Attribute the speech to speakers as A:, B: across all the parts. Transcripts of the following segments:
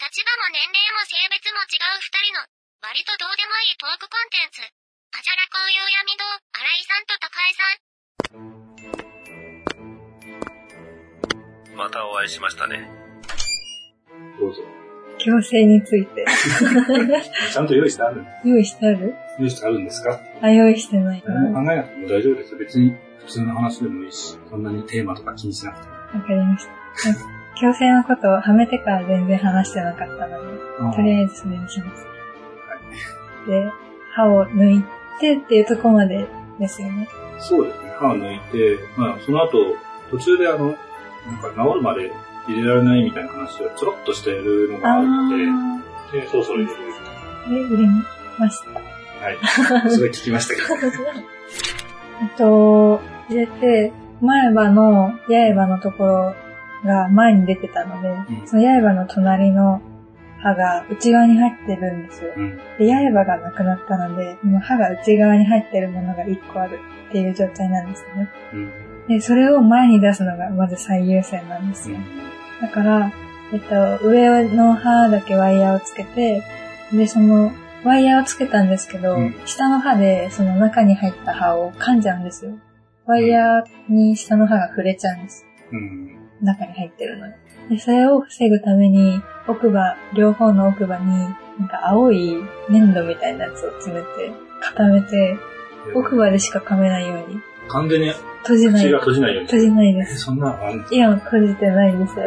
A: 立場も年齢も性別も違う二人の、割とどうでもいいトークコンテンツ。あじゃらこういう闇堂、新井さんと高井さん。
B: またお会いしましたね。
C: どうぞ。
D: 強制につい て。
C: ちゃんと用意してある
D: 用意してある
C: 用意してあるんですか
D: あ、用意してないか
C: 何も
D: な。わ
C: 考えなくても大丈夫ですよ。別に普通の話でもいいし、そんなにテーマとか気にしなくても。
D: かりました。強制のことをはめてから全然話してなかったので、とりあえずそれにします。で、歯を抜いてっていうとこまでですよね。
C: そうですね。歯を抜いて、まあ、その後、途中であの、なんか治るまで入れられないみたいな話をちょろっとしてるのがあ
D: あ
C: るの
D: ー。
C: で、でそろそろ入れる。
D: で、入れ ました。
C: はい。すごい聞きましたけど。
D: えっと、入れて、前歯の刃のところが前に出てたので、
C: うん
D: その刃の隣の歯が内側に入ってるんですよ。
C: うん。
D: で、刃がなくなったので、今歯が内側に入ってるものが1個あるっていう状態なんですね。
C: うん。
D: で、それを前に出すのがまず最優先なんですよ。だから、えっと、上の歯だけワイヤーをつけて、で、その、ワイヤーをつけたんですけど、
C: うん
D: 下の歯で、その中に入った歯を噛んじゃうんですよ。ワイヤーに下の歯が触れちゃうんです。
C: うん。
D: 中に入ってるのに。で、それを防ぐために、奥歯、両方の奥歯に、なんか青い粘土みたいなやつを詰めて、固めて、奥歯でしか噛めないように。
C: 完全に
D: 閉じない
C: 口。が閉じないように。
D: 閉じないです。
C: そんなのあるんですか
D: 今閉じてないんで すよ。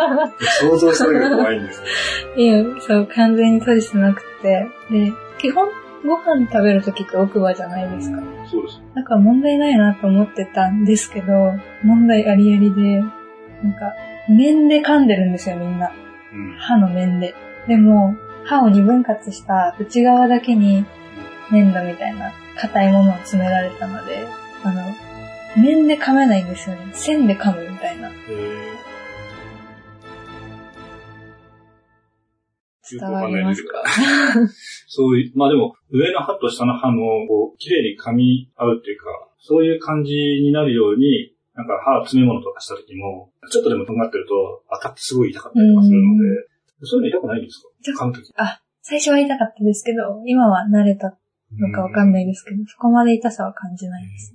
C: 想像しただけで怖いんですよ。
D: いや、そう、完全に閉じてなくて。で、基本、ご飯食べるときって奥歯じゃないですか。
C: そうです。
D: だから問題ないなと思ってたんですけど、問題ありありで、なんか、面で噛んでるんですよ、みんな。
C: うん。
D: 歯の面で。でも、歯を二分割した内側だけに、粘土みたいな硬いものを詰められたので、あの、面で噛めないんですよね。線で噛むみたいな。
C: えー
D: 伝わりますか
C: そういう、まあでも、上の歯と下の歯の、こう、綺麗に噛み合うっていうか、そういう感じになるように、なんか歯詰め物とかした時も、ちょっとでも尖ってると、当たってすごい痛かったりとかするので、そういうの痛くないんです
D: 痛く
C: か噛む時。
D: あ、最初は痛かったですけど、今は慣れたのかわかんないですけど、そこまで痛さは感じないです。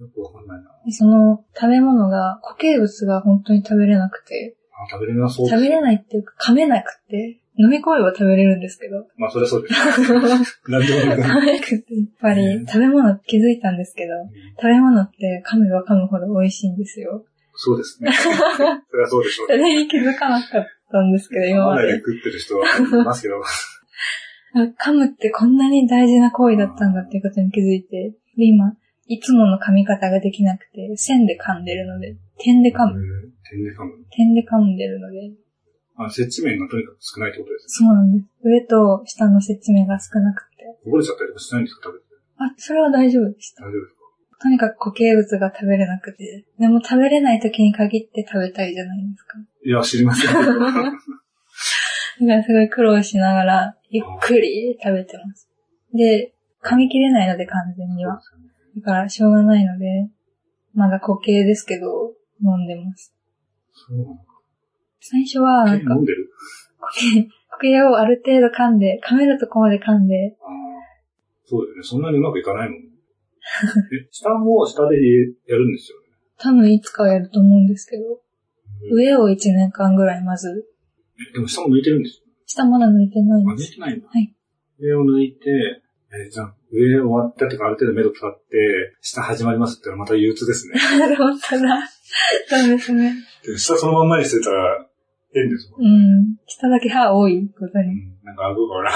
C: うん。よくわかんないな。
D: でその食べ物が、固形物が本当に食べれなくて、
C: あ食べれなそうです
D: 食べれないっていうか噛めなくて、飲み込めば食べれるんですけ ど、
C: まあそりゃそうです。
D: 噛
C: 何でも なくなる
D: めなくて、やっぱり食べ物気づいたんですけど、食べ物って噛めば噛むほど美味しいんですよ。
C: そうですね。そりゃそうでしょう
D: そ。れに気づかなかったんですけど、
C: 噛
D: 今
C: ま
D: ま
C: ないで
D: で。
C: 食ってる人はいますけど、
D: 噛むってこんなに大事な行為だったんだっていうことに気づいて、で、今、いつもの噛み方ができなくて、線で噛んでるので、点で噛
C: う
D: む。
C: ん天然噛む。
D: 点で噛んでるので、
C: あ、接地面がとにかく少ないってことです。
D: そうなんです。上と下の接地面が少なくて。
C: こぼれちゃったりとかしないんですか食べて。
D: あ、それは大丈夫でした。
C: 大丈夫ですか
D: とにかく固形物が食べれなくて。でも食べれない時に限って食べたいじゃないですか。
C: いや、知りませんけど。
D: だからすごい苦労しながら、ゆっくり食べてます。で、噛み切れないので完全には。だからしょうがないので、まだ固形ですけど、飲んでます。
C: そうなの
D: 最初はなん
C: 結構
D: か
C: 飲んでる
D: 固形をある程度噛んで、噛めるとこまで噛んで、
C: ああ。そうだよね。そんなにうまくいかない もん。え、下も下でやるんですよね。
D: 多分いつかはやると思うんですけど、上を1年間ぐらいまず、
C: えでも下も抜いてるんですよ。
D: 下まだ抜いてない
C: あ、
D: ん
C: 抜
D: で
C: い
D: す。
C: てないんだ。
D: はい。
C: 上を抜いて、えじゃあ、上終わったとかある程度目処立って、下始まりますってのはまた憂鬱 ですね。
D: 本当 だ。そうですね。
C: で下そのまんまにしてたら、変ですもん。
D: うん。下だけ歯多いこと
C: う
D: に。
C: んなんか顎が笑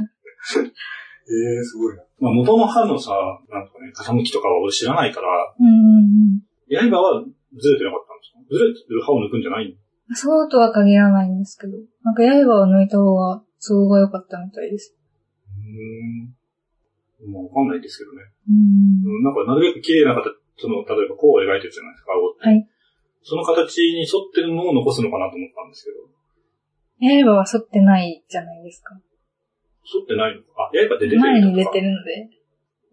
C: う。ええすごいな。まあ元の歯のさ、なんとかね、傾きとかは俺知らないから、
D: うんうん
C: 刃はずれてなかったんですかずれてる歯を抜くんじゃないの
D: うん。そうとは限らないんですけど、なんか刃を抜いた方が都合が良かったみたいです。
C: うーん。まあわかんないですけどね。
D: うん。
C: うんなんかなるべく綺麗な形、その、例えばこう描いてるじゃないですか、顎って。
D: はい。
C: その形に沿ってるのを残すのかなと思ったんですけど、
D: 刃は反ってないじゃないですか。
C: 沿ってないのか。あ、刃で出てる
D: 前に出て
C: る。
D: るので。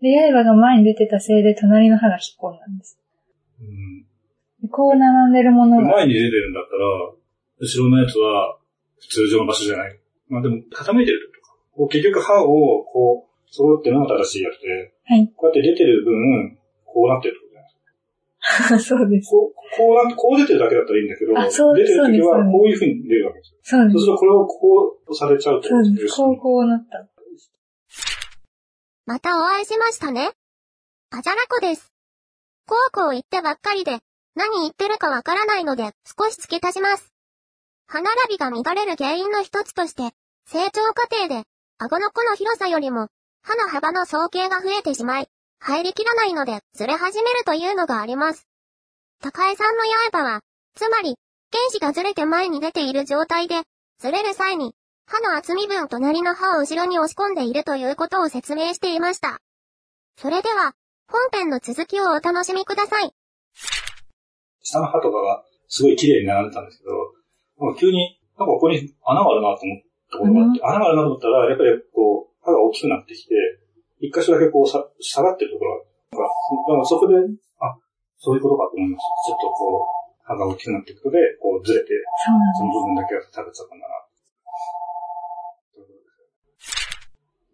D: で、刃が前に出てたせいで隣の歯が引っ込んだんです。
C: うん。
D: でこう並んでるものが、
C: 前に出てるんだったら、後ろのやつは、通常の場所じゃない。まあでも、傾いてるとか。こう結局歯を、こう、揃ってるのが正しいやつで、
D: はい
C: こうやって出てる分、こうなってるってことじゃない
D: そうです。
C: こう、こうなこう出てるだけだったらいいんだけど、
D: あそう
C: 出てる時
D: そう
C: は
D: です
C: こういう風に出るわけですよ。
D: そうで
C: そうす
D: す。
C: るとこれをこうされちゃうと、
D: そうです。こう、こうなった。
A: またお会いしましたね。あじゃらこです。こうこう言ってばっかりで、何言ってるかわからないので、少し付け足します。歯並びが乱れる原因の一つとして、成長過程で、顎の子の広さよりも、歯の幅の総径が増えてしまい、入りきらないので、ずれ始めるというのがあります。高江さんの刃は、つまり、原子がずれて前に出ている状態で、ずれる際に、歯の厚み分隣の歯を後ろに押し込んでいるということを説明していました。それでは、本編の続きをお楽しみください。
C: 下の歯とかがすごい綺麗に並んでたんですけど、なんか急に、なんかここに穴があるなと思ったことがあって、穴があるなと思ったら、やっぱりこう、歯が大きくなってきて、一箇所だけこうさ下がってるところがあるなんかそこで、あ、そういうことかと思いました。ちょっとこう、歯が大きくなっていくことで、こうずれて、
D: そうなんです
C: その部分だけが食べちゃったんだな。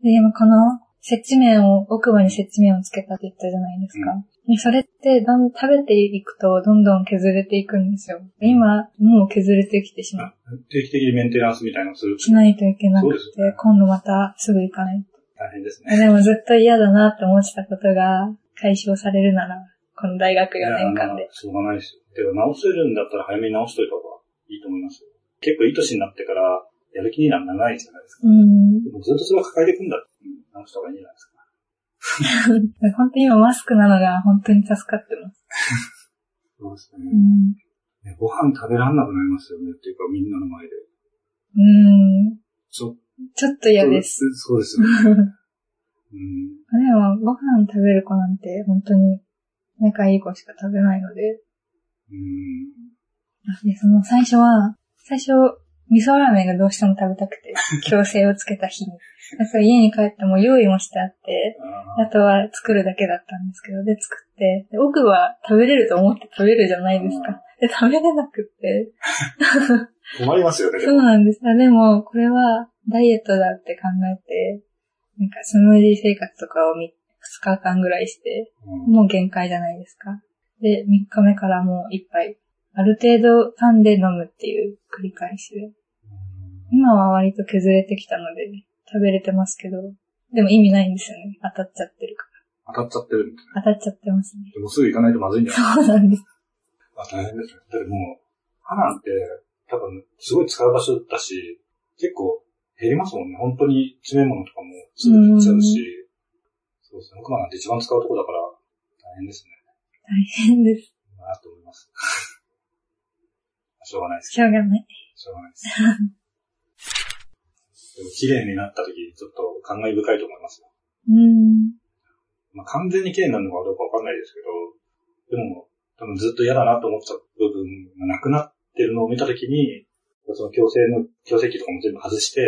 D: で、今この、接地面を、奥歯に接地面をつけたって言ったじゃないですか。でそれってだん、食べていくと、どんどん削れていくんですよ。で今、もう削れてきてしまう。
C: 定期的にメンテナンスみたいなのをすると
D: しないといけなく
C: そうですね
D: て、今度またすぐ行かない。
C: 大変ですね。
D: でもずっと嫌だなって思ってたことが、解消されるなら、この大学4年間
C: いや
D: で。
C: まあしょうがないですよ。でも直せるんだったら早めに直しといた方がいいと思いますよ。結構いい年になってから、やる気にならないじゃないですか。
D: うん。
C: でもずっとそれを抱えていくんだって、うん直した方がいいんじゃないですか。
D: 本当に今マスクなのが本当に助かってます。
C: そうです
D: う。ん。
C: ねご飯食べらんなくなりますよね。っていうか、みんなの前で。
D: うん。
C: ちょっと
D: ちょっと嫌です。。
C: そうですよね。うん。
D: でも、ご飯食べる子なんて、本当に、仲いい子しか食べないので。
C: うん。
D: で、その、最初は、最初、味噌ラーメンがどうしても食べたくて、強制をつけた日に。 でそれ家に帰っても用意もしてあって、あ
C: あ
D: とは作るだけだったんですけど、で、作って、で奥は食べれると思って食べるじゃないですか。で、食べれなくって。
C: ー困りますよね。で
D: そう
C: も
D: なんです。あでも、これは、ダイエットだって考えて、なんか、スムージー生活とかを2日間ぐらいして、
C: うん
D: もう限界じゃないですか。で、3日目からもう一杯。ある程度噛んで飲むっていう繰り返しで。今は割と削れてきたので、食べれてますけど、でも意味ないんですよね。当たっちゃってるか
C: 当たっちゃってるんで。
D: ら。当たっちゃってますね。
C: でもすぐ行かないとまずいんじゃない
D: そうなんです。
C: あ、大変ですね。だってもう、歯なんて、多分、すごい使う場所だし、結構減りますもんね。本当に詰め物とかもすぐ減っちゃうし、そうですね。奥歯なんて一番使うとこだから、大変ですね。
D: 大変です。
C: なと思います。 しょうがないです。
D: しょうがない。
C: しょうがないです。でも綺麗になった時、ちょっと感慨深いと思いますよ。
D: うん。
C: まあ、完全に綺麗になるのかどうかわかんないですけど、でも、多分ずっと嫌だなと思ってた部分がなくなってるのを見たときに、その矯正の、矯正器とかも全部外して、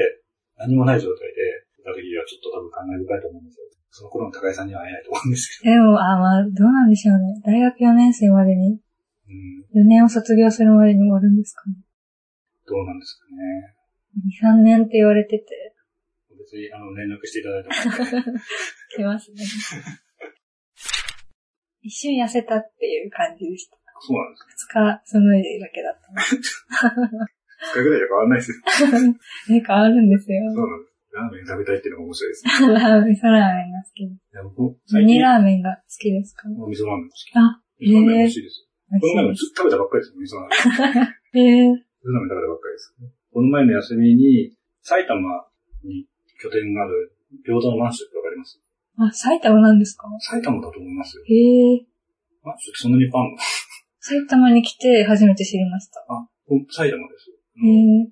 C: 何もない状態で、いたときはちょっと多分考え深いと思うんですよ。その頃の高井さんには会えないと思うんですけど。
D: でも、あ、まあ、どうなんでしょうね。大学4年生までに、
C: うん、
D: 4年を卒業するまでに終わるんですかね。
C: どうなんですかね。
D: 2、3年って言われてて、
C: 別に、あの、連絡していただいても、
D: 来ますね。 一瞬痩せたっていう感じでした。
C: そうなんですか。
D: 二日、そのいだけだった
C: 一回ぐらいじゃ変わんないですよ。
D: の。なんかあるんですよ。
C: そうなんです。ラーメン食べたいっていうのが面白いですね。
D: ラーメン、味噌ラーメンが好きです。
C: いや、僕、最
D: ミニ
C: 近、
D: ラーメンが好きですか
C: お味噌ラーメン好き。
D: あ、
C: 味噌ラーメン美味しいですよ。こ
D: 美
C: の前も
D: 味し
C: ずっと食べたばっかりですよ、味噌ラーメン。
D: い。えー、
C: 普段食べたばっかりです。この前の休みに、埼玉に拠点がある平等マンションってわかります
D: あ、埼玉なんですか
C: 埼玉だと思いますよ。
D: えー、
C: マンションってそんなにファン
D: 埼玉に来て初めて知りました。
C: あ、ほん埼玉ですよ。
D: えー、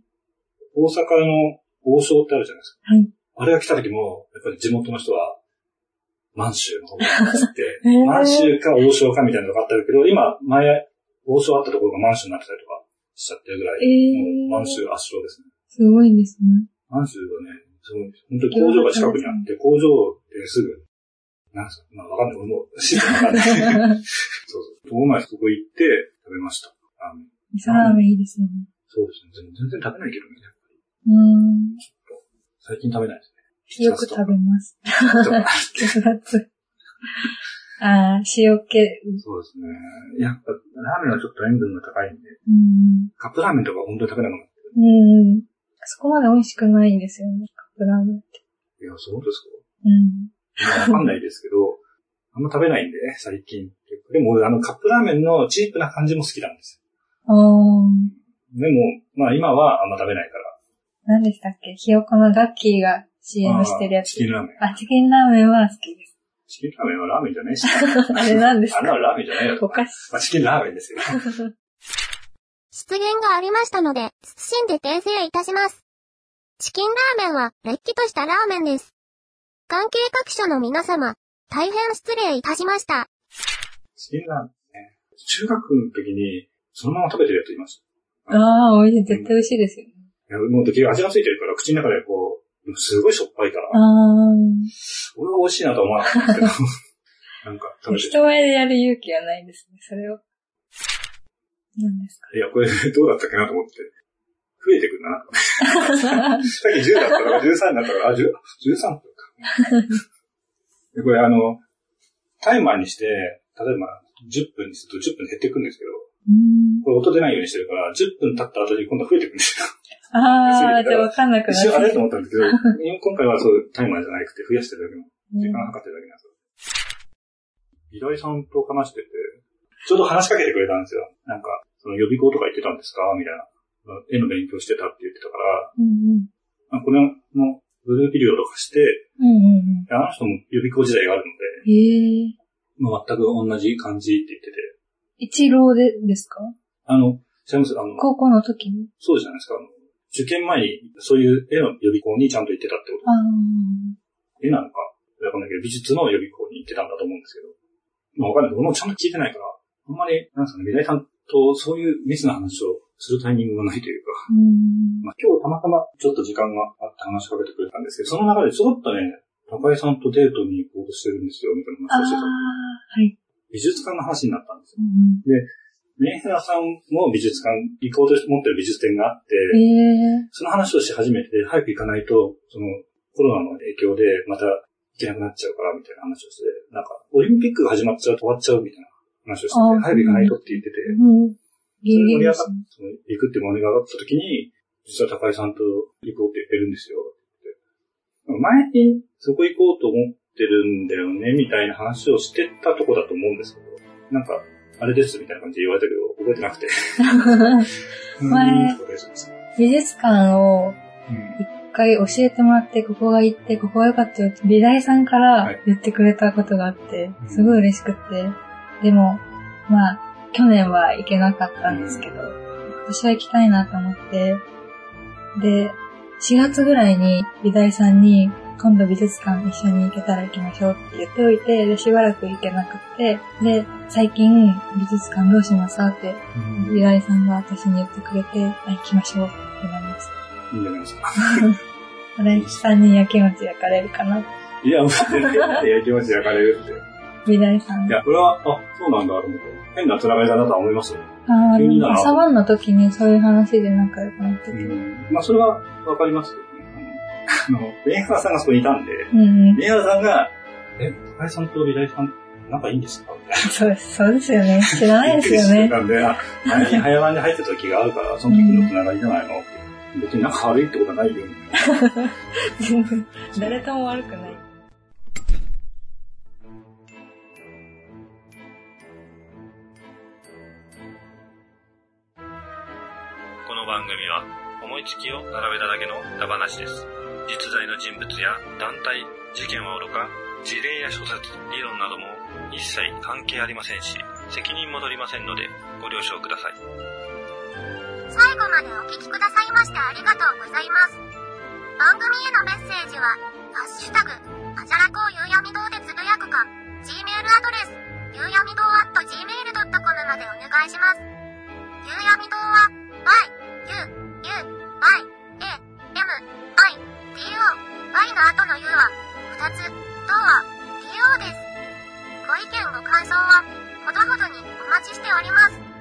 C: 大阪の王将ってあるじゃないです
D: はい。、
C: か。あれが来た時も、やっぱり地元の人は、満州の方が好きで
D: へー
C: 満州か王将かみたいなのがあったけど、今、前、王将あったところが満州になってたりとかしちゃってるぐらい、
D: へー
C: もう満州圧勝ですね。
D: すごいです ね。
C: 満州はね、すごい、本当に工場が近くにあって、工場ですぐ、なんすか、まあわかんない、俺もう、シーわかんない。そうそう。この前そこ行って食べました。あの
D: 味噌ラーメンいいですよね。
C: そうですね。全然食べないけどね、やっぱり。
D: うん。
C: 最近食べないですね。
D: よく食べます。
C: とか
D: 7月。ああ、塩気。
C: そうですね。やっぱ、ラーメンはちょっと塩分が高いんで、
D: うん。
C: カップラーメンとか本当に食べなくなっ
D: うん。そこまで美味しくないんですよね、カップラーメンって。
C: て。いや、そうです
D: うん。
C: かわかんないですけど、 あんま食べないんで、最近。でも俺、あの、カップラーメンのチープな感じも好きなんです
D: ああ、
C: よ。でも、まあ今はあんま食べないから。
D: 何でしたっけひよこのガッキーが CM してるや
C: あーチ
D: つ
C: キ。ンラーメン。
D: あ、チキンラーメンは好きです。
C: チキンラーメンはラーメンじゃねえし。
D: あれ何です
C: あんな
D: か
C: のラーメンじゃないよ。
D: お菓子。
C: まあ、チキンラーメンですよ。
A: 失言がありましたので、謹んで訂正いたします。チキンラーメンは、れっきとしたラーメンです。関係各所の皆様、大変失礼いたしました。
C: チキンラーメンね。中学の時に、そのまま食べてるやついます。
D: ああ、美味しい。絶対美味しいですよね。
C: いやもう時々味がついてるから、口の中でこう、でもすごいしょっぱいから、
D: あ
C: 俺は美味しいなとは思わなかったん ですけど、なんか食
D: あ、
C: べてて
D: 人前でやる勇気はないですね、それを。何ですか
C: いや、これどうだったっけなと思って、増えてくるな。さっき10だったから、13になったから、あ、10 13分か。でこれあの、タイマーにして、例えば10分にすると10分減ってくんですけど、
D: うん
C: これ音出ないようにしてるから、10分経った後に今度増えてくるんですよ。
D: ああ、じゃあわかんなくなっ
C: 一
D: ち
C: 瞬
D: ゃ
C: あれ
D: う
C: と。思ったんですけど、今回はそうタイマーじゃなくて増やしてるだけの、時間計ってるだけなんですよ。美大さんと話してて、ちょうど話しかけてくれたんですよ。なんか、その予備校とか行ってたんですかみたいな。絵の勉強してたって言ってたから
D: うん、
C: まあこれもブルーピリオドとかして、
D: うん。うんうん
C: あの人も予備校時代があるの
D: うん。ええ。
C: で、まあ、全く同じ感じって言ってて、
D: 一浪でですか
C: あの、違いますあの、
D: 高校の時に
C: そうじゃないですか。あの受験前に、そういう絵の予備校にちゃんと行ってたってこと
D: ああ。
C: 絵なのか、わかんないけど、美術の予備校に行ってたんだと思うんですけど。まあわかんない。俺もちゃんと聞いてないから、あんまり、なんですかね、美大さんとそういう密な話をするタイミングがないというか、
D: うん。
C: まあ今日たまたまちょっと時間があって話しかけてくれたんですけど、その中でちょろっとね、高井さんとデートに行こうとしてるんですよ、みたい
D: ああ
C: な話をしてた。、
D: はい。
C: 美術館の話になったんですよ。
D: うん
C: メンヘラさんも美術館、行こうと思ってる美術展があって、
D: ええ。
C: その話をし始めて、早く行かないと、その、コロナの影響で、また行けなくなっちゃうから、みたいな話をして、なんか、オリンピックが始まっちゃうと終わっちゃうみたいな話をしてて
D: あー、
C: 早く行かないとって言ってて、
D: うん。ギ
C: それで
D: リギ
C: 盛り
D: リ
C: 上がっ
D: で
C: そ
D: すね。
C: の行くって盛り上がった時に、実は高井さんと行こうって言ってるんですよ、って言って。前に、そこ行こうと思ってるんだよね、みたいな話をしてたとこだと思うんですけど、なんか、あれです、みたいな感じで言われたけど、覚えてなくて。
D: 前
C: うん、覚えてました
D: 美術館を
C: うん
D: 一回教えてもらって、ここが行って、ここが良かったよって、美大さんから
C: はい
D: 言ってくれたことがあって、
C: うん
D: すごい嬉しくって。でも、まあ、去年は行けなかったんですけど、今年は行きたいなと思って、で、4月ぐらいに美大さんに、今度美術館一緒に行けたら行きましょうって言っておいて、で、しばらく行けなくて、で、最近美術館どうしますかって、
C: うん
D: 美大さんが私に言ってくれて、あ、行きましょうってなりました。
C: いいんじゃないですか。
D: 俺3人やきもち焼かれるかな。
C: いや、待ってない。いや、気持ち焼かれるって。い
D: 美大さん。あ
C: や、これは、あ、そうなんだと思って。変なつながりだなとは思いますよ。
D: あ
C: 急にだ
D: ー、
C: な
D: 朝晩の時にそういう話で仲良くなって
C: う
D: て。
C: ん。まあ、それはわかりますけどね。あの、メイハーさんがそこにいたんで、
D: うんうん。
C: メイハーさんが、え、高井さんと美大さん、仲いいんですかみたい
D: そうです、そうですよね。知らない
C: な。
D: で
C: びっ
D: す
C: くり
D: よ
C: して
D: ね。
C: たんで、あ前に早番に入ってた時があるから、その時のつながりじゃないのって。別に仲悪いってことはないよ。みたいな
D: 誰とも悪くない。
B: この番組は思いつきを並べただけのダバなしです。実在の人物や団体、事件はおろか、事例や諸説、理論なども一切関係ありませんし、責任も取りませんのでご了承ください。
A: 最後までお聞きくださいましてありがとうございます。番組へのメッセージは、ハッシュタグ、あじゃらこうゆうやみ堂でつぶやくか、Gmail アドレス、ゆうやみ堂 at gmail.com までお願いします。ゆうやみ堂は、y, u, u, y, a, m, i, d, o, y の後の u は、2つ、堂は、do です。ご意見ご感想は、ほどほどにお待ちしております。